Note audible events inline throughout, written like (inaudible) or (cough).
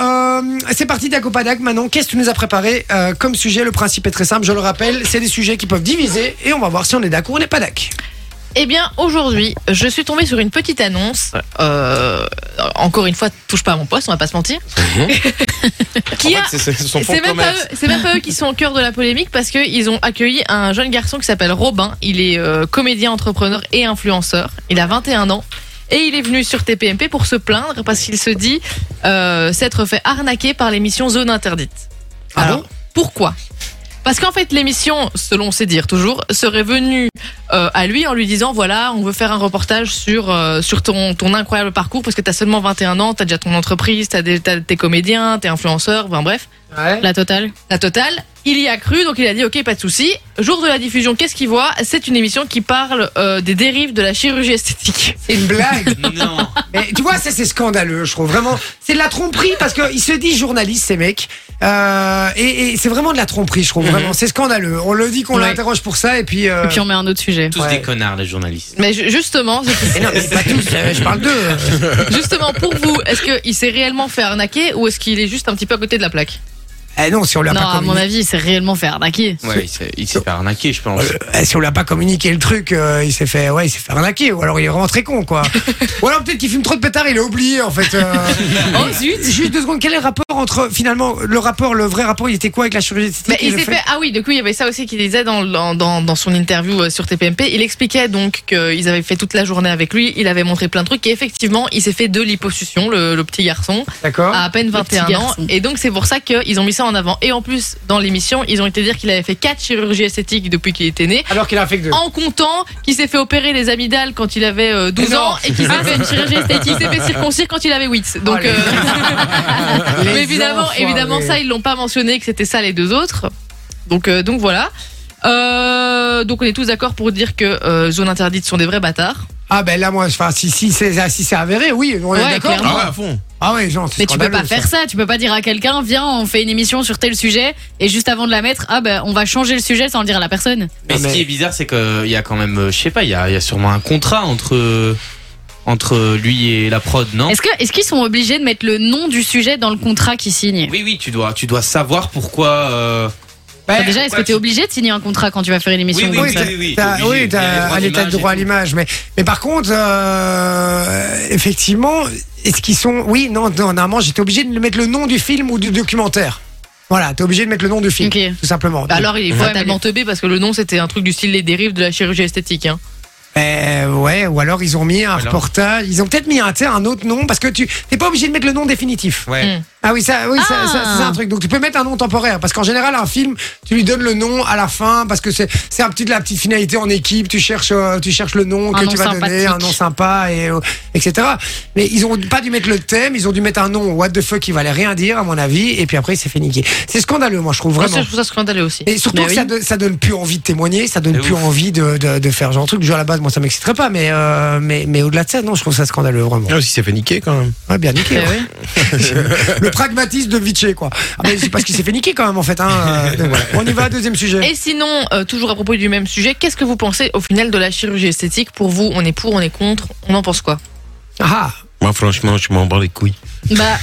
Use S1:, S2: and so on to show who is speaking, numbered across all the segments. S1: Euh, c'est parti d'Acopadac maintenant. Qu'est-ce que tu nous as préparé euh, comme sujet Le principe est très simple, je le rappelle. C'est des sujets qui peuvent diviser et on va voir si on est d'accord ou on n'est pas d'accord.
S2: Eh bien, aujourd'hui, je suis tombée sur une petite annonce. Euh, encore une fois, touche pas à mon poste, on va pas se mentir. qui a-
S3: c'est- c'est son fonds
S2: c'est
S3: de
S2: même, pas
S3: commerce.
S2: eux, c'est même pas eux qui sont au cœur de la polémique parce qu'ils ont accueilli un jeune garçon qui s'appelle Robin. Il est euh, comédien, entrepreneur et influenceur. Il a 21 ans. Et il est venu sur TPMP pour se plaindre parce qu'il se dit euh, s'être fait arnaquer par l'émission Zone Interdite.
S1: Ah
S2: Alors,
S1: bon
S2: pourquoi Parce qu'en fait, l'émission, selon ses dires toujours, serait venue euh, à lui en lui disant voilà, on veut faire un reportage sur, euh, sur ton, ton incroyable parcours parce que t'as seulement 21 ans, t'as déjà ton entreprise, t'as des- t'as- t'es comédien, t'es influenceur, enfin bref.
S4: La totale.
S2: La totale. Il y a cru, donc il a dit ok, pas de souci. Jour de la diffusion, qu'est-ce qu'il voit C'est une émission qui parle euh, des dérives de la chirurgie esthétique.
S1: C'est une blague. (laughs)
S3: Non.
S1: Mais tu vois, ça c'est scandaleux, je trouve vraiment. C'est de la tromperie parce qu'ils se disent journalistes, ces mecs. Euh, et et c'est vraiment de la tromperie, je trouve. Vraiment, c'est scandaleux. On le dit qu'on
S4: Mhm. Ouais.
S1: l'interroge pour ça et puis. euh,
S4: Et puis on met un autre sujet.
S3: Tous
S1: Ouais.
S3: des connards, les journalistes.
S2: Mais ju- justement,
S1: mais non, mais pas tous, euh, je parle d'eux.
S4: (laughs)
S2: justement pour vous, est-ce qu'il s'est réellement fait arnaquer ou est-ce qu'il est juste un petit peu à côté de la plaque
S1: Eh non, si on lui a
S4: Non,
S1: pas
S4: à mon
S1: communiqué-
S4: avis, c'est réellement fait arnaquer.
S3: Ouais, il s'est- il s'est fait arnaquer, je pense.
S1: Eh, si on lui a pas communiqué le truc, euh, il s'est fait, ouais, il s'est fait arnaquer. Ou alors il est vraiment très con,
S2: (laughs)
S1: quoi. Ou alors peut-être qu'il fume trop de pétard, il a oublié en fait. euh.
S2: Oh zut
S1: Juste deux secondes, quel est le rapport entre finalement le rapport, le vrai rapport, il était quoi avec la chirurgie esthétique
S2: Mais
S1: et
S2: il
S1: le
S2: s'est fait... Ah oui, du coup, il y avait ça aussi qu'il disait dans, dans, dans- dans son interview euh, sur TPMP. Il expliquait donc qu'ils avaient fait toute la journée avec lui. Il avait montré plein de trucs. Et effectivement, il s'est fait deux liposuctions, le, le petit garçon,
S1: D'accord.
S2: à à peine
S4: petit
S2: 21 ans.
S4: garçon.
S2: Et donc, c'est pour ça qu'ils ont mis ça en avant. Et en plus, dans l'émission, ils ont été dire qu'il avait fait quatre chirurgies esthétiques depuis qu'il était né.
S1: Alors qu'il a fait que deux.
S2: En comptant qu'il s'est fait opérer les amygdales quand il avait euh, 12
S1: Mais non.
S2: ans et qu'il s'est fait une chirurgie esthétique, qu'il s'est fait circoncire quand il avait 8. Donc,
S1: Oh, les-
S2: euh,
S1: (laughs) Les
S2: mais évidemment,
S1: enfoirés.
S2: évidemment ça, ils l'ont pas mentionné que c'était ça les deux autres. Donc, euh, donc voilà. Euh, donc on est tous d'accord pour dire que euh, Zone Interdite sont des vrais bâtards.
S1: Ah ben là moi, enfin si si c'est si c'est avéré, oui, on est
S2: Ouais,
S1: d'accord.
S2: clairement.
S1: Ah ouais.
S3: fond.
S1: Ah ouais, genre. c'est
S4: Mais tu peux
S1: scandaleux,
S4: pas faire ça, tu peux pas dire à quelqu'un, viens, on fait une émission sur tel sujet, et juste avant de la mettre, ah ben on va changer le sujet sans le dire à la personne.
S3: Mais,
S1: Non, mais-
S3: ce qui est bizarre, c'est qu'il y a quand même, euh, je sais pas, il y a, il y a sûrement un contrat entre, entre lui et la prod, non
S4: Est-ce que est-ce qu'ils sont obligés de mettre le nom du sujet dans le contrat qu'ils signent
S3: Oui, oui, tu dois, tu dois savoir pourquoi. euh,
S1: Ben,
S4: Enfin, Déjà, est-ce que
S3: ouais, tu-
S4: t'es obligé de signer un contrat quand tu vas faire une émission
S3: Oui,
S4: comme
S1: oui,
S4: ça
S1: t'as-
S3: oui, oui,
S1: t'as-
S3: t'es obligé,
S1: oui,
S3: il y a les
S1: t'as
S3: droits
S1: à l'état de
S3: d'image et
S1: droit à
S3: tout.
S1: l'image, mais mais par contre, euh, effectivement, est-ce qu'ils sont Oui, non, non, normalement, j'étais obligé de mettre le nom du film ou du documentaire. Voilà, t'es obligé de mettre le nom du film,
S4: Ok.
S1: tout simplement.
S2: Bah alors il est
S4: Ouais,
S2: totalement
S4: mais-
S2: teubé parce que le nom c'était un truc du style les dérives de la chirurgie esthétique. hein.
S1: Euh, ouais, ou alors ils ont mis un
S3: Alors.
S1: reportage, ils ont peut-être mis un, tu sais, un autre nom parce que tu t'es pas obligé de mettre le nom définitif.
S3: Ouais.
S2: Hmm.
S1: Ah oui, ça, oui, ça-
S4: Ah.
S1: ça, c'est un truc. Donc tu peux mettre un nom temporaire parce qu'en général un film, tu lui donnes le nom à la fin parce que c'est c'est un petit de la petite finalité en équipe. Tu cherches euh, tu cherches le nom
S4: Un
S1: que
S4: nom
S1: tu vas donner,
S4: sympathique.
S1: un nom sympa et euh, etc. Mais ils ont pas dû mettre le thème, ils ont dû mettre un nom what the fuck qui valait rien dire à mon avis et puis après il s'est fait niquer. C'est scandaleux, moi je trouve
S2: Moi, ça,
S1: vraiment.
S2: je trouve ça scandaleux aussi.
S1: Et surtout
S2: Mais
S1: que
S2: oui.
S1: ça, donne, ça donne plus envie de témoigner, ça donne
S3: De
S1: plus
S3: ouf.
S1: envie de, de, de faire genre un truc. Déjà à la base, moi ça m'exciterait pas, mais, euh, mais, mais au-delà de ça, non, je trouve ça scandaleux vraiment.
S5: Ah, aussi, s'est fait niquer quand même.
S1: Ouais, bien
S2: Eh
S1: niqué.
S2: oui.
S1: (laughs) Le pragmatisme de Vichy, quoi. Ah, mais c'est parce qu'il s'est fait niquer quand même en fait. Hein.
S3: (laughs)
S1: Euh, donc voilà. On y va, deuxième sujet.
S2: Et sinon, euh, toujours à propos du même sujet, qu'est-ce que vous pensez au final de la chirurgie esthétique Pour vous, on est pour, on est contre, on en pense quoi
S1: Ah,
S5: Moi, franchement, je m'en bats les couilles.
S4: Bah,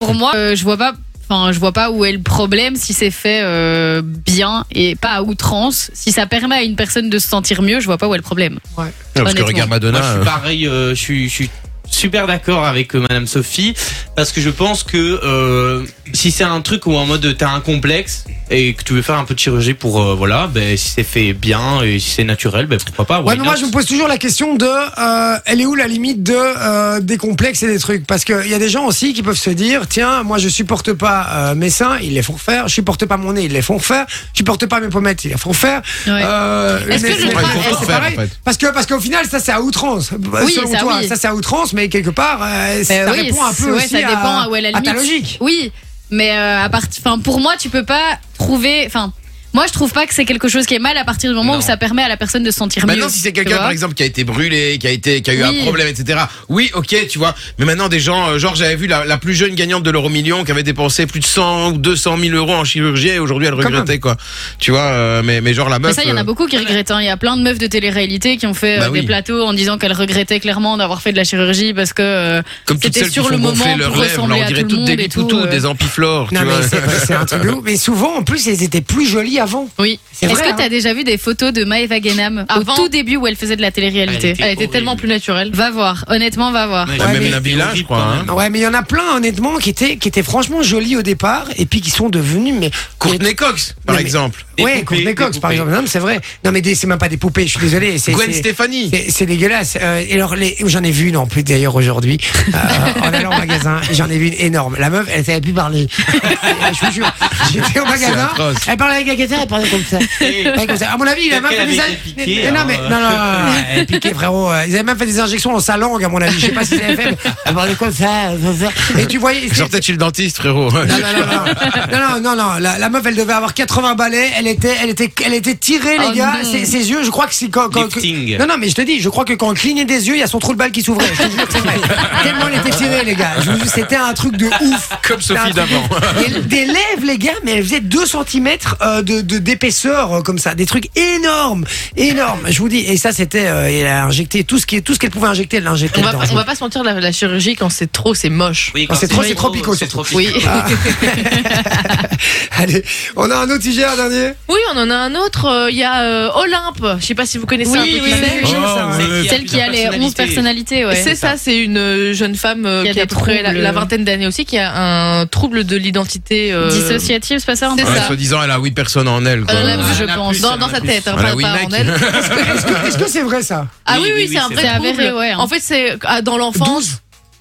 S4: pour moi, euh, je vois pas. Enfin, je vois pas où est le problème si c'est fait euh, bien et pas à outrance. Si ça permet à une personne de se sentir mieux, je vois pas où est le problème.
S5: parce que
S4: Honnêtement.
S5: regarde
S3: Moi,
S5: Madonna.
S3: je
S5: euh,
S3: suis pareil, euh, je suis, je suis super d'accord avec euh, Madame Sophie parce que je pense que euh, si c'est un truc où en mode t'as un complexe et que tu veux faire un peu de chirurgie pour euh, voilà, ben si c'est fait bien et si c'est naturel, ben pourquoi pas.
S1: ouais,
S3: why
S1: mais moi
S3: not
S1: je me pose toujours la question de euh, elle est où la limite de euh, des complexes et des trucs Parce qu'il y a des gens aussi qui peuvent se dire tiens, moi je supporte pas euh, mes seins, ils les font refaire, je supporte pas mon nez, ils les font refaire, je supporte pas mes pommettes, ils les font refaire.
S4: Ouais.
S1: Euh,
S2: Est-ce
S1: mais c'est-
S2: que le
S5: ouais,
S2: tra-
S5: il faut
S1: eh,
S5: tout
S1: c'est
S5: refaire,
S1: pareil.
S5: en fait.
S1: Parce que parce qu'au final ça c'est à outrance. Bah,
S4: Oui,
S1: selon
S4: ça,
S1: toi,
S4: oui. Ben
S1: ça c'est à outrance, mais quelque part euh, ça
S4: oui,
S1: répond un peu
S4: c'est- ouais,
S1: aussi
S4: ça
S1: à-
S4: dépend à où est la
S1: à ta
S4: limite.
S1: logique.
S4: Oui, mais euh, à part, enfin, pour moi, tu peux pas trouver. Enfin, Moi, je trouve pas que c'est quelque chose qui est mal à partir du moment
S5: Non.
S4: où ça permet à la personne de se sentir mieux.
S5: Maintenant, si c'est
S4: tu
S5: quelqu'un,
S4: vois.
S5: par exemple, qui a été brûlé, qui a été, qui a eu
S4: Oui.
S5: un problème, etc. Oui, ok, tu vois. Mais maintenant, des gens, euh, genre, j'avais vu la, la plus jeune gagnante de l'euro million qui avait dépensé plus de 100 ou 200 000 euros en chirurgie et aujourd'hui, elle
S1: Quand
S5: regrettait, quoi. Tu vois, euh, mais, mais genre, la meuf.
S4: Mais ça, il y en a
S5: euh,
S4: beaucoup qui regrettent. hein. Il y a plein de meufs de télé-réalité qui ont fait euh,
S5: Bah oui.
S4: des plateaux en disant qu'elles regrettaient clairement d'avoir fait de la chirurgie parce que. euh,
S5: Comme toutes
S4: C'était
S5: celles qui
S4: sur
S5: font
S4: le
S5: gonfler
S4: moment
S5: leurs
S4: pour
S5: lèvres, là,
S4: ressembler
S5: on
S4: à
S5: dirait
S4: tout le
S5: toutes des
S4: monde et tout,
S5: litoutous,
S4: euh.
S5: des amphiflores, tu
S1: Non,
S5: vois.
S1: mais c'est c'est un truc de ouf. Mais souvent, en plus, elles étaient plus jolies avant.
S4: Oui.
S1: C'est
S4: Est-ce
S1: vrai,
S4: que t'as
S1: hein.
S4: déjà vu des photos de Maëva Guénam
S2: Avant.
S4: au tout début où elle faisait de la télé-réalité
S2: Elle était
S3: horrible.
S2: tellement plus naturelle.
S4: Va voir, honnêtement, va voir.
S3: Ouais,
S5: Ah,
S1: mais-
S5: Même Nabila, je
S3: horrible,
S5: crois.
S3: quand
S5: hein.
S3: même.
S1: Ouais, mais il y en a plein, honnêtement, qui étaient, qui étaient franchement jolies au départ et puis qui sont devenues. Mais,
S5: (laughs) Courtney Cox, par
S1: Non, mais-
S5: exemple.
S3: Des
S1: ouais,
S3: poupées,
S1: Courtney
S3: des
S1: Cox, par
S3: poupées.
S1: exemple. Non, mais c'est vrai. Non, mais des- c'est même pas des poupées, je suis désolé. c'est-
S5: Gwen
S1: c'est-
S5: Stefani.
S1: C'est- C'est dégueulasse. Euh, et alors, les, j'en ai vu une en plus d'ailleurs aujourd'hui euh, en allant au magasin. J'en ai vu une énorme. La meuf, elle savait plus parler. (laughs) Je vous jure. J'étais au magasin.
S5: atroce.
S1: Elle parlait avec la caissière, elle parlait comme ça. Elle parlait comme ça. À mon avis, il a
S3: Peut-être
S1: même fait
S3: qu'elle
S1: des.
S3: avait
S1: in-
S3: été piquée,
S1: non,
S3: alors,
S1: mais
S3: euh.
S1: non, non, non, non, elle est piquée, frérot. Euh, Ils avaient même fait des injections dans sa langue, à mon avis. Je sais pas s'ils avaient fait. Elle parlait comme ça, comme ça. Et tu voyais.
S5: Genre, peut-être chez le dentiste, frérot.
S1: Non, non, non, non, non, non, non, non. La, la meuf, elle devait avoir 80 balais. Elle était, elle était, elle était tirée, les
S4: Oh
S1: gars.
S4: non.
S1: Ses, ses yeux, je crois que c'est quand, quand- que-
S3: Lifting.
S1: Non, non, mais je te dis, je crois que quand elle clignait des yeux, il y a son trou de balle qui s'ouvrait. Je te jure, c'est vrai. Tellement elle était tirée, les gars. Je vous jure, C'était un truc de ouf.
S5: (laughs) Comme Sophie
S1: C'était un truc
S5: d'avant.
S1: de ouf. Des, des lèvres, les gars, mais elle faisait 2 cm euh, de de- d'épaisseur euh, comme ça, des trucs énormes, énormes. Je vous dis, et ça c'était, euh, elle a injecté tout ce qui, tout ce qu'elle pouvait injecter, elle l'injectait.
S2: On va,
S1: dedans.
S2: pas- on va pas se mentir, la, la chirurgie, quand c'est trop, c'est moche.
S3: Oui,
S1: Oh,
S3: quand
S1: c'est trop- c'est trop picot,
S3: c'est
S1: (laughs) surtout.
S3: trop picot.
S2: Oui. (laughs)
S4: Ah.
S1: Allez, on a un autre sujet, un dernier.
S2: Oui, on en a un autre. euh, Il y a euh, Olympe. Je sais pas si vous connaissez
S4: Oui,
S2: un peu qui
S4: oui,
S2: c'est.
S4: oui.
S5: Oh,
S1: ça,
S5: ouais.
S3: ouais.
S4: Celle qui a les 11 personnalités, ouais.
S2: C'est ça, c'est une euh, jeune femme euh, qui
S4: Qui a
S2: a,
S4: des
S2: à peu près la,
S4: troubles.
S2: la vingtaine d'années aussi, qui a un trouble de l'identité euh,
S4: Dissociative, c'est pas ça hein, en
S2: C'est
S4: fait
S5: Ouais,
S2: ça.
S5: Soi-disant, elle a 8 personnes en elle, quoi.
S4: Elle en a
S2: Ah,
S4: plus, je
S3: elle a
S4: pense.
S3: plus,
S4: Non,
S2: dans, dans sa tête, hein,
S5: Ah, la
S2: pas, pas en
S5: Winamax.
S2: elle.
S1: Est-ce que- Est-ce que c'est vrai ça
S2: Ah oui,
S3: Oui,
S2: oui,
S3: oui,
S2: c'est un
S3: c'est
S2: vrai
S4: vrai. C'est
S2: trouble.
S4: avéré, ouais, hein.
S2: En fait, c'est ah, dans l'enfance.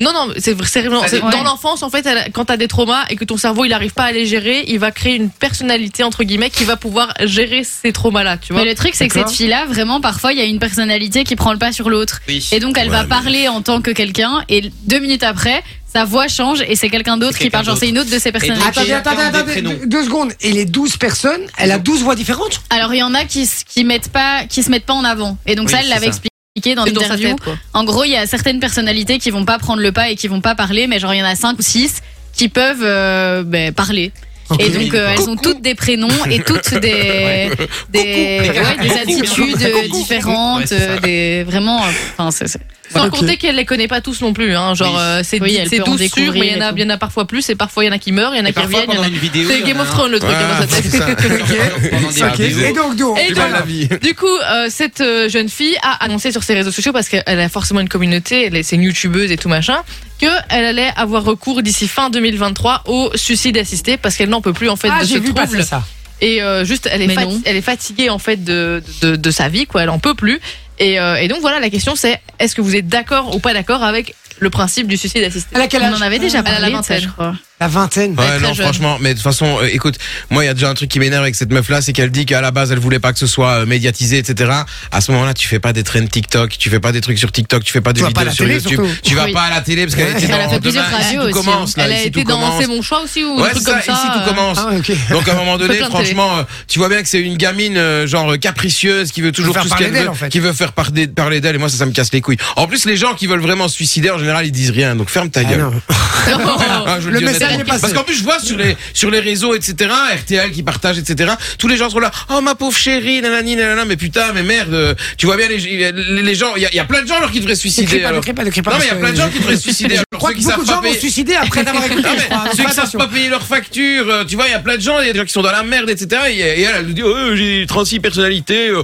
S2: Non, non, c'est c'est vraiment.
S3: Ça
S2: c'est-
S4: dépend.
S2: Dans l'enfance, en fait, elle- quand t'as des traumas et que ton cerveau il arrive pas à les gérer, il va créer une personnalité entre guillemets qui va pouvoir gérer ces traumas-là, tu vois.
S4: Mais le truc, c'est que cette
S1: D'accord.
S4: fille-là, vraiment, parfois, il y a une personnalité qui prend le pas sur l'autre.
S3: Oui.
S4: Et donc, elle
S5: Ouais,
S4: va
S5: mais-
S4: parler en tant que quelqu'un, et deux minutes après, sa voix change, et c'est quelqu'un d'autre
S3: C'est
S4: qui parle.
S3: quelqu'un
S4: Genre, c'est une autre de ses
S3: donc,
S4: personnalités.
S1: Attendez,
S3: J'ai
S1: attendez,
S3: encore des
S1: attendez,
S3: prénoms.
S1: deux- deux secondes. Et les 12 personnes, elle a 12 voix
S4: (laughs)
S1: différentes
S4: Alors, il y en a qui, s- qui mettent pas, qui se mettent pas en avant. Et donc,
S3: Oui,
S4: ça, elle
S3: c'est
S4: l'avait
S3: ça.
S4: expliqué dans
S2: C'est dans sa
S4: l'interview.
S2: tête, quoi.
S4: En gros, il y a certaines personnalités qui vont pas prendre le pas et qui vont pas parler, mais genre il y en a cinq ou six qui peuvent euh, ben, parler. Et
S3: Oui,
S4: donc euh, elles ont toutes des prénoms et toutes
S5: (laughs)
S4: des des, ouais, des
S3: Coucou.
S4: attitudes
S3: Coucou.
S4: euh, différentes,
S3: Ouais, c'est ça.
S4: euh, des vraiment. euh, Enfin, c'est- c'est-
S2: Sans
S1: Ok.
S2: compter qu'elle les connaît pas tous non plus, hein. Genre,
S3: Oui.
S2: euh, c'est
S4: Oui,
S2: dit-
S4: elle
S2: c'est
S4: peut en
S2: 12 sûrs,
S4: découvrir
S2: mais il y en
S4: et
S2: a,
S4: tout.
S2: il y en a parfois plus, et parfois il y en a qui meurent, il y en a
S3: Et
S2: qui
S3: parfois
S2: reviennent. il y en
S3: pendant
S2: a-
S3: une vidéo.
S2: C'est
S3: il y en
S2: Game
S3: a
S2: of
S3: un-
S2: Thrones le truc, hein,
S5: Ah,
S2: dans sa
S5: c'est
S2: tête.
S5: ça.
S2: (laughs)
S3: Pendant des
S1: Ok.
S3: vidéos.
S1: Et donc, donc,
S2: Et
S1: tu
S2: donc,
S1: vois, là.
S5: vie.
S2: Du coup, euh, cette euh, jeune fille a annoncé sur ses réseaux sociaux parce qu'elle a forcément une communauté, elle est, c'est une youtubeuse et tout machin, que elle allait avoir recours d'ici fin 2023 au suicide assisté parce qu'elle n'en peut plus en fait
S1: Ah,
S2: de ce
S1: j'ai vu passer
S2: trouble.
S1: ça.
S2: Et euh, juste, elle est,
S4: Mais
S2: fati-
S4: non.
S2: elle est fatiguée en fait de, de, de sa vie, quoi. Elle en peut plus. Et, euh, et donc voilà, la question c'est est-ce que vous êtes d'accord ou pas d'accord avec le principe du suicide assisté
S1: Elle a quel
S4: on
S1: âge
S4: en avait déjà
S2: Elle a la
S4: parlé, de ça,
S2: vingtaine.
S4: je crois.
S1: La vingtaine.
S5: Ouais,
S2: très
S5: non,
S2: jeune.
S5: franchement, mais de toute façon, euh, écoute, moi, il y a déjà un truc qui m'énerve avec cette meuf-là, c'est qu'elle dit qu'à la base, elle voulait pas que ce soit euh, médiatisé, etc. À ce moment-là, tu fais pas des trains TikTok, tu fais pas des trucs sur TikTok, tu fais pas des
S1: Tu vas
S5: vidéos
S1: pas à la
S5: sur
S1: télé,
S5: YouTube,
S1: surtout.
S5: tu vas
S4: Oui.
S5: pas à la télé parce qu'elle
S1: Ouais.
S5: était
S4: Elle a
S5: dans
S4: fait plusieurs
S5: demain, ici,
S4: radios
S5: tout
S4: aussi, hein.
S5: commence, là,
S2: hein. Elle a
S5: ici,
S2: été
S5: tout
S2: dans
S5: commence.
S2: C'est mon choix aussi ou un
S5: Ouais,
S2: truc
S5: c'est ça,
S2: comme ça
S5: ici, tout
S2: euh,
S5: commence.
S1: Ah, ouais, ok.
S5: Donc à un moment donné,
S2: plein de
S5: franchement, euh, tu vois bien que c'est une gamine euh, genre euh, capricieuse qui veut toujours
S1: Faire
S5: tout ce
S1: parler
S5: qu'elle
S1: d'elle,
S5: veut,
S1: en fait.
S5: qui veut faire par- des- parler d'elle. Et moi, ça, ça me casse les couilles. En plus, les gens qui veulent vraiment se suicider, en général, ils disent rien. Donc ferme ta
S1: Ah,
S5: gueule.
S1: non.
S2: (laughs)
S5: Ah, je
S1: Le
S5: dis
S1: message
S5: honnêtement.
S1: est passé.
S5: Parce qu'en plus, je vois sur les, sur les réseaux, etc., RTL qui partage, etc., tous les gens sont là. Oh, ma pauvre chérie, nanani, nanana, mais putain, mais merde. euh, Tu vois bien, les, les, les gens, il y, a- il y a plein de gens alors qui devraient se
S1: Ne crie
S5: suicider.
S1: pas, ne
S5: alors.
S1: crie pas, ne crie pas.
S5: Non, mais il y a
S1: parce
S5: plein de
S1: que-
S5: gens qui devraient se suicider.
S1: Je
S5: alors,
S1: crois
S5: ceux
S1: que
S5: qui
S1: beaucoup de
S5: savent
S1: gens
S5: pas
S1: vont se
S5: payer-
S1: suicider après
S2: Ah, bah,
S1: d'avoir écouté.
S5: non,
S1: je crois.
S5: mais
S1: Fais
S5: ceux qui savent
S1: attention.
S5: pas payer leurs factures, euh, tu vois, il y a plein de gens, il y a des gens qui sont dans la merde, etc. Et, et elle, elle nous dit, Euh, j'ai 36 personnalités. euh,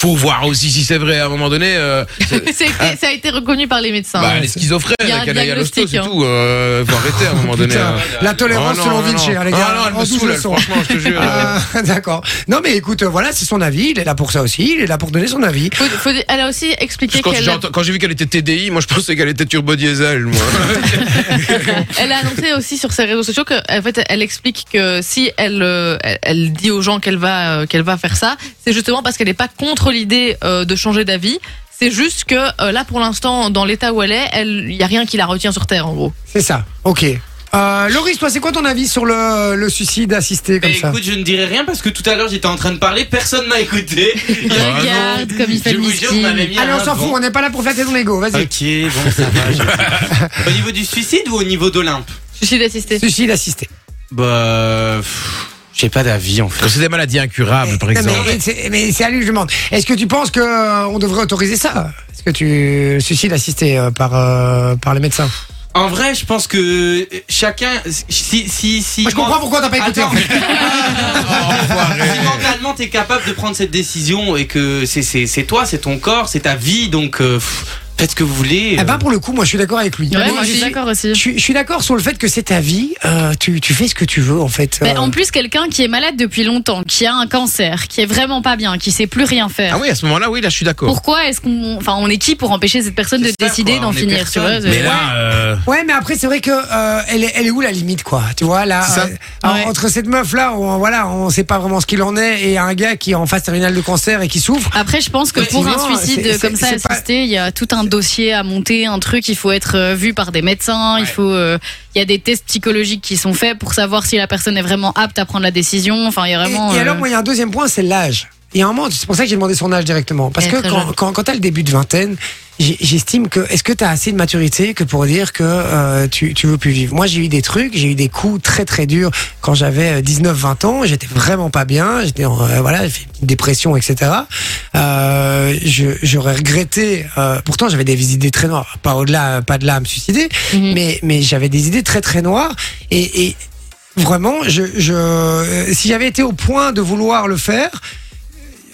S5: faut voir aussi si c'est vrai à un moment donné.
S2: (laughs)
S5: euh,
S2: Ça
S5: (laughs) c'est-
S2: a été- ça a été reconnu par les médecins.
S5: bah, elle est schizophrène,
S2: Il y a un
S5: qu'elle aille à l'hosto,
S2: diagnostic, hein.
S5: c'est tout. euh, faut arrêter à un moment donné.
S1: Putain,
S5: hein.
S1: la tolérance
S5: Oh non,
S1: selon
S5: non, non.
S1: Vinci, hein, les gars.
S5: Ah non, elle
S1: En
S5: me
S1: 12
S5: saoule,
S1: leçons.
S5: franchement, je te
S1: (laughs)
S5: jure.
S1: Euh, D'accord. Non, mais écoute, euh, voilà, c'est son avis. Il est là pour ça aussi. Il est là pour donner son avis.
S2: Faut- faut- elle a aussi expliqué
S5: Quand
S2: qu'elle
S5: j'ai ent- quand j'ai vu qu'elle était TDI, moi je pensais qu'elle était turbo
S1: (laughs)
S5: diesel. Moi.
S2: Elle a annoncé aussi sur ses réseaux sociaux que, en fait, elle explique que si elle, euh, elle, elle dit aux gens qu'elle va, euh, qu'elle va faire ça, c'est justement parce qu'elle n'est pas contre l'idée euh, de changer d'avis. C'est juste que euh, là, pour l'instant, dans l'état où elle est, elle, il y a rien qui la retient sur terre, en gros.
S1: C'est ça. Ok. Euh, Loris, toi, c'est quoi ton avis sur le, le suicide assisté comme
S3: Mais
S1: ça
S3: écoute, je ne dirai rien parce que tout à l'heure j'étais en train de parler, personne m'a
S2: (laughs)
S3: écouté.
S4: Regarde comme il fait
S3: je
S4: le
S3: vous jure, on
S4: miskin.
S3: m'avait mis
S1: Allez,
S3: un
S1: on s'en fout,
S3: bon.
S1: on n'est pas là pour flatter ton ego, vas-y.
S3: Ok, bon, ça va. je- au niveau du suicide ou au niveau d'Olympe
S2: Je suis d'assister.
S1: Suicide assisté.
S3: Bah. pff, J'ai pas d'avis en fait.
S5: Quand c'est des maladies incurables, par
S1: Non, mais-
S5: exemple.
S1: mais c'est- mais c'est à lui que je demande. Est-ce que tu penses que euh, on devrait autoriser ça Est-ce que tu suicide assisté euh, par euh, par les médecins
S3: En vrai, je pense que chacun. Si. si, si
S1: Moi, Je comprends pourquoi t'as pas écouté.
S3: Attends. Ah,
S1: en
S3: (laughs)
S1: fait.
S3: si mentalement t'es capable de prendre cette décision et que c'est- c'est c'est toi, c'est ton corps, c'est ta vie, donc euh, pff, faites ce que vous voulez.
S1: Eh ben pour le coup, moi je suis d'accord avec lui.
S4: euh, Ouais,
S1: Mais
S4: moi je suis
S1: je-
S4: d'accord aussi.
S1: je
S5: Euh,
S1: suis- je suis d'accord sur le fait que c'est ta vie, euh, tu, tu fais ce que tu veux en fait.
S4: Mais
S1: euh.
S4: en plus, quelqu'un qui est malade depuis longtemps, qui a un cancer, qui est vraiment pas bien, qui sait plus rien faire.
S5: Ah oui, à ce moment-là, oui, là, je suis d'accord.
S4: Pourquoi est-ce qu'on, enfin, on est qui pour empêcher cette personne de
S3: C'est ça,
S4: décider
S3: quoi,
S4: d'en
S3: on est
S4: finir, tu
S3: personne.
S4: vois
S5: Mais
S4: euh,
S5: là, euh,
S1: Ouais, mais après c'est vrai que euh, elle, est, elle est où la limite quoi Tu vois là
S5: C'est ça.
S1: euh, alors,
S4: Ouais.
S1: entre cette meuf là, on, voilà, on sait pas vraiment ce qu'il en est et un gars qui est en phase terminale de cancer et qui souffre.
S4: Après, je pense que
S1: Ouais,
S4: pour un
S1: sinon,
S4: suicide
S1: c'est-
S4: euh, comme
S1: c'est-
S4: ça
S1: c'est pas-
S4: assisté, il y a tout un dossier à monter, un truc. Il faut être euh, vu par des médecins. Il faut, euh, il y a des tests psychologiques qui sont faits pour savoir si la personne est vraiment apte à prendre la décision. Enfin, il y a
S1: Et,
S4: vraiment.
S1: et
S4: euh,
S1: alors, moi, il y a un deuxième point, c'est l'âge. Et à un moment, c'est pour ça que j'ai demandé son âge directement. Parce
S4: Elle est
S1: que
S4: très
S1: quand,
S4: jeune.
S1: quand, quand t'as le début de vingtaine, j'ai- j'estime que, est-ce que t'as assez de maturité que pour dire que euh, tu, tu veux plus vivre Moi, j'ai eu des trucs, j'ai eu des coups très très durs quand j'avais 19-20 ans, j'étais vraiment pas bien, j'étais en, euh, voilà, j'ai fait une petite dépression, etc. Euh, je- j'aurais regretté, euh, pourtant j'avais des idées très noires, pas au-delà, pas de là à me suicider,
S4: Mhm.
S1: mais, mais j'avais des idées très très noires et, et vraiment, je, je, euh, si j'avais été au point de vouloir le faire,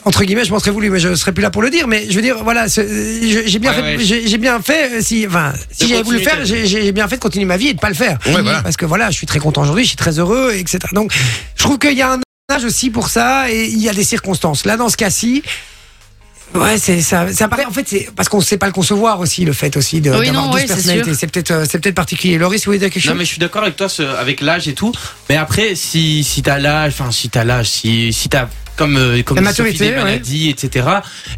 S1: entre guillemets, je m'en serais voulu, mais je serais plus là pour le dire. Mais je veux dire, voilà, ce- je- j'ai bien,
S3: Ouais,
S1: fait-
S3: ouais.
S1: j'ai- j'ai bien fait. euh, Si, enfin, si
S3: De
S1: j'avais voulu le faire,
S3: continuer
S1: j'ai j'ai bien fait de continuer ma vie et de pas le faire.
S5: Ouais, voilà.
S1: Parce que voilà, je suis très content aujourd'hui, je suis très heureux, etc. Donc, je trouve qu'il y a un âge aussi pour ça et il y a des circonstances. Là, dans ce cas-ci. Ouais, c'est ça. Ça paraît en fait, c'est parce qu'on sait pas le concevoir aussi le fait aussi de
S4: Oui,
S1: d'avoir
S4: non,
S1: 12
S4: oui, c'est
S1: personnalités.
S4: sûr.
S1: C'est peut-être, euh, c'est peut-être particulier. Loris, vous voulez dire quelque chose
S3: Non mais je suis d'accord avec toi ce- avec l'âge et tout, mais après si si t'as l'âge, enfin si t'as l'âge, si si t'as comme euh, comme
S1: La
S3: dit Sophie,
S1: maturité,
S3: des
S1: ouais.
S3: maladies, etc.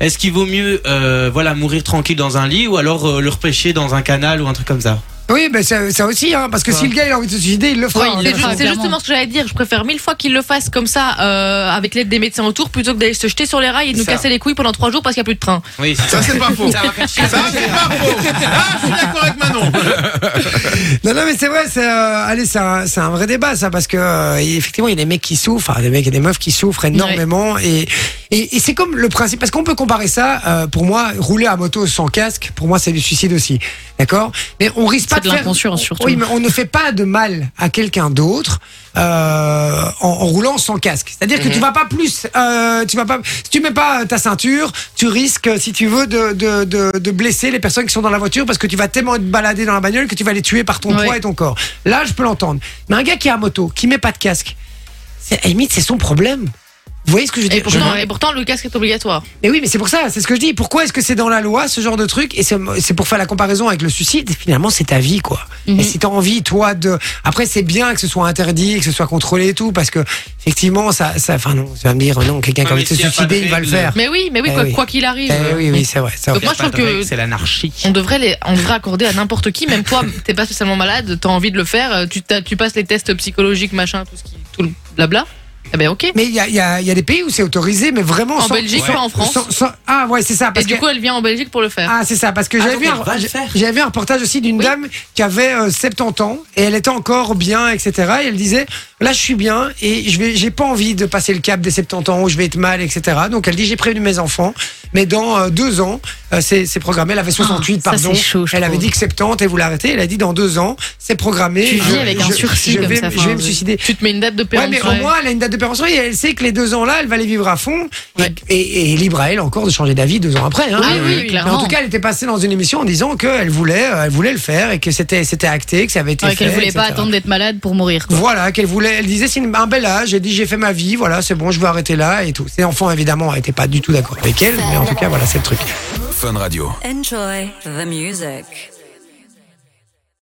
S3: Est-ce qu'il vaut mieux euh, voilà mourir tranquille dans un lit ou alors euh, le repêcher dans un canal ou un truc comme ça
S1: Oui, ben ça, ça aussi, hein, parce que
S3: Ouais.
S1: si le gars il a envie de se suicider, il le fera.
S4: Oui,
S1: hein,
S4: il
S1: de
S4: le
S1: toute
S4: fera.
S1: façon.
S2: C'est justement ce que j'allais dire. Je préfère mille fois qu'il le fasse comme ça, euh, avec l'aide des médecins autour, plutôt que d'aller se jeter sur les rails et de nous
S3: Ça.
S2: casser les couilles pendant trois jours parce qu'il n'y a plus de train.
S3: Oui,
S5: ça, c'est pas faux.
S3: ça va faire chier.
S5: Ça, c'est pas faux. Ah, je suis d'accord avec Manon.
S1: Non, non, mais c'est vrai, c'est euh, allez, c'est un, c'est un vrai débat ça, parce que euh, effectivement, il y a des mecs qui souffrent, enfin, des mecs et des meufs qui souffrent énormément, et et, et c'est comme le principe, parce qu'on peut comparer ça, euh, pour moi, rouler à moto sans casque, pour moi, c'est du suicide aussi, d'accord Mais on risque
S4: C'est
S1: pas
S4: de
S1: de faire-
S4: l'inconscience, surtout.
S1: Oui, mais on ne fait pas de mal à quelqu'un d'autre euh, en, en roulant sans casque. C'est-à-dire
S4: Mhm.
S1: que tu vas pas plus, euh, tu vas pas, si tu mets pas ta ceinture, tu risques, si tu veux, de, de, de, de blesser les personnes qui sont dans la voiture parce que tu vas tellement être baladé dans la bagnole que tu vas les tuer par ton
S4: Ouais.
S1: poids et ton corps. Là, je peux l'entendre. Mais un gars qui est à moto, qui met pas de casque, c'est, à la limite, c'est son problème. Vous voyez ce que je veux
S2: Et
S1: dire
S2: pourtant, et pourtant, le casque est obligatoire.
S1: mais oui, mais c'est pour ça, c'est ce que je dis. Pourquoi est-ce que c'est dans la loi ce genre de truc Et c'est c'est pour faire la comparaison avec le suicide. Finalement, c'est ta vie, quoi.
S4: Mhm.
S1: Et si t'as envie, toi, de. Après, c'est bien que ce soit interdit, que ce soit contrôlé et tout, parce que effectivement, ça, ça. Enfin non, tu vas me dire non, quelqu'un qui a
S3: Non,
S1: envie
S3: mais
S1: de se
S3: s'il y a pas
S1: suicider,
S3: de
S1: il va le
S3: règle.
S1: faire.
S2: Mais oui, mais oui,
S1: Eh
S2: quoi
S1: oui.
S2: quoi qu'il arrive.
S1: Eh oui, oui, c'est vrai. c'est vrai.
S2: Donc moi, je
S3: Pas
S2: trouve
S3: de règle,
S2: que
S3: c'est l'anarchie.
S2: on devrait les, on devrait accorder à n'importe qui, même toi, (laughs) t'es pas spécialement malade, t'as envie de le faire, euh, tu, t'as- tu passes les tests psychologiques, machin, tout ce qui, tout le blabla. Eh ben, ok.
S1: Mais il y a, il y a- il y a des pays où c'est autorisé, mais vraiment.
S2: En
S1: sans-
S2: Belgique,
S1: sans-
S2: pas en France.
S1: sans- sans- ah ouais, c'est ça.
S2: Et
S1: Parce
S2: du
S1: que-
S2: coup, elle vient en Belgique pour le faire.
S1: Ah, c'est ça, parce que j'avais
S3: donc
S1: vu,
S3: elle va
S1: un-
S3: le
S1: j'ai-
S3: faire.
S1: j'avais vu un reportage aussi d'une dame qui avait euh, 70 ans et elle était encore bien, etc. Et elle disait Là, je suis bien et je vais, j'ai pas envie de passer le cap des 70 ans où je vais être mal, etc. Donc elle dit J'ai prévenu mes enfants, mais dans euh, deux ans, euh, c'est, c'est programmé. Elle avait 68,
S4: Ah, ça,
S1: pardon.
S4: c'est chaud, je
S1: elle avait
S4: trouve.
S1: dit que 70 et vous l'arrêtez. Elle a dit Dans deux ans, c'est programmé.
S4: Tu vis
S1: Je-
S4: avec un
S1: je-
S4: sursis
S1: je
S4: comme
S1: vais-
S4: ça,
S1: Je
S4: enfin, euh,
S1: vais me
S4: oui.
S1: suicider.
S2: Tu te mets une date de
S1: Ouais,
S2: péremption.
S1: mais au moins, elle a une date de péremption et elle sait que les deux ans là, elle va les vivre à fond. Et-
S4: Ouais.
S1: Et, et libre à elle encore de changer d'avis deux ans après. Hein.
S4: Ah
S2: oui,
S4: oui,
S2: oui.
S1: Mais en
S4: clairement.
S1: tout cas, elle était passée dans une émission en disant qu'elle voulait, euh, elle voulait le faire et que c'était, c'était acté, que ça avait été
S4: Ouais,
S1: fait.
S4: qu'elle voulait pas
S1: etc.
S4: attendre d'être malade pour mourir. quoi.
S1: Voilà, qu'elle voulait. Elle disait c'est une- un bel âge. Elle dit j'ai fait ma vie, voilà, c'est bon, je vais arrêter là et tout. Ses enfants évidemment n'étaient pas du tout d'accord avec elle, mais en tout cas voilà, c'est le truc.
S6: Enjoy the music.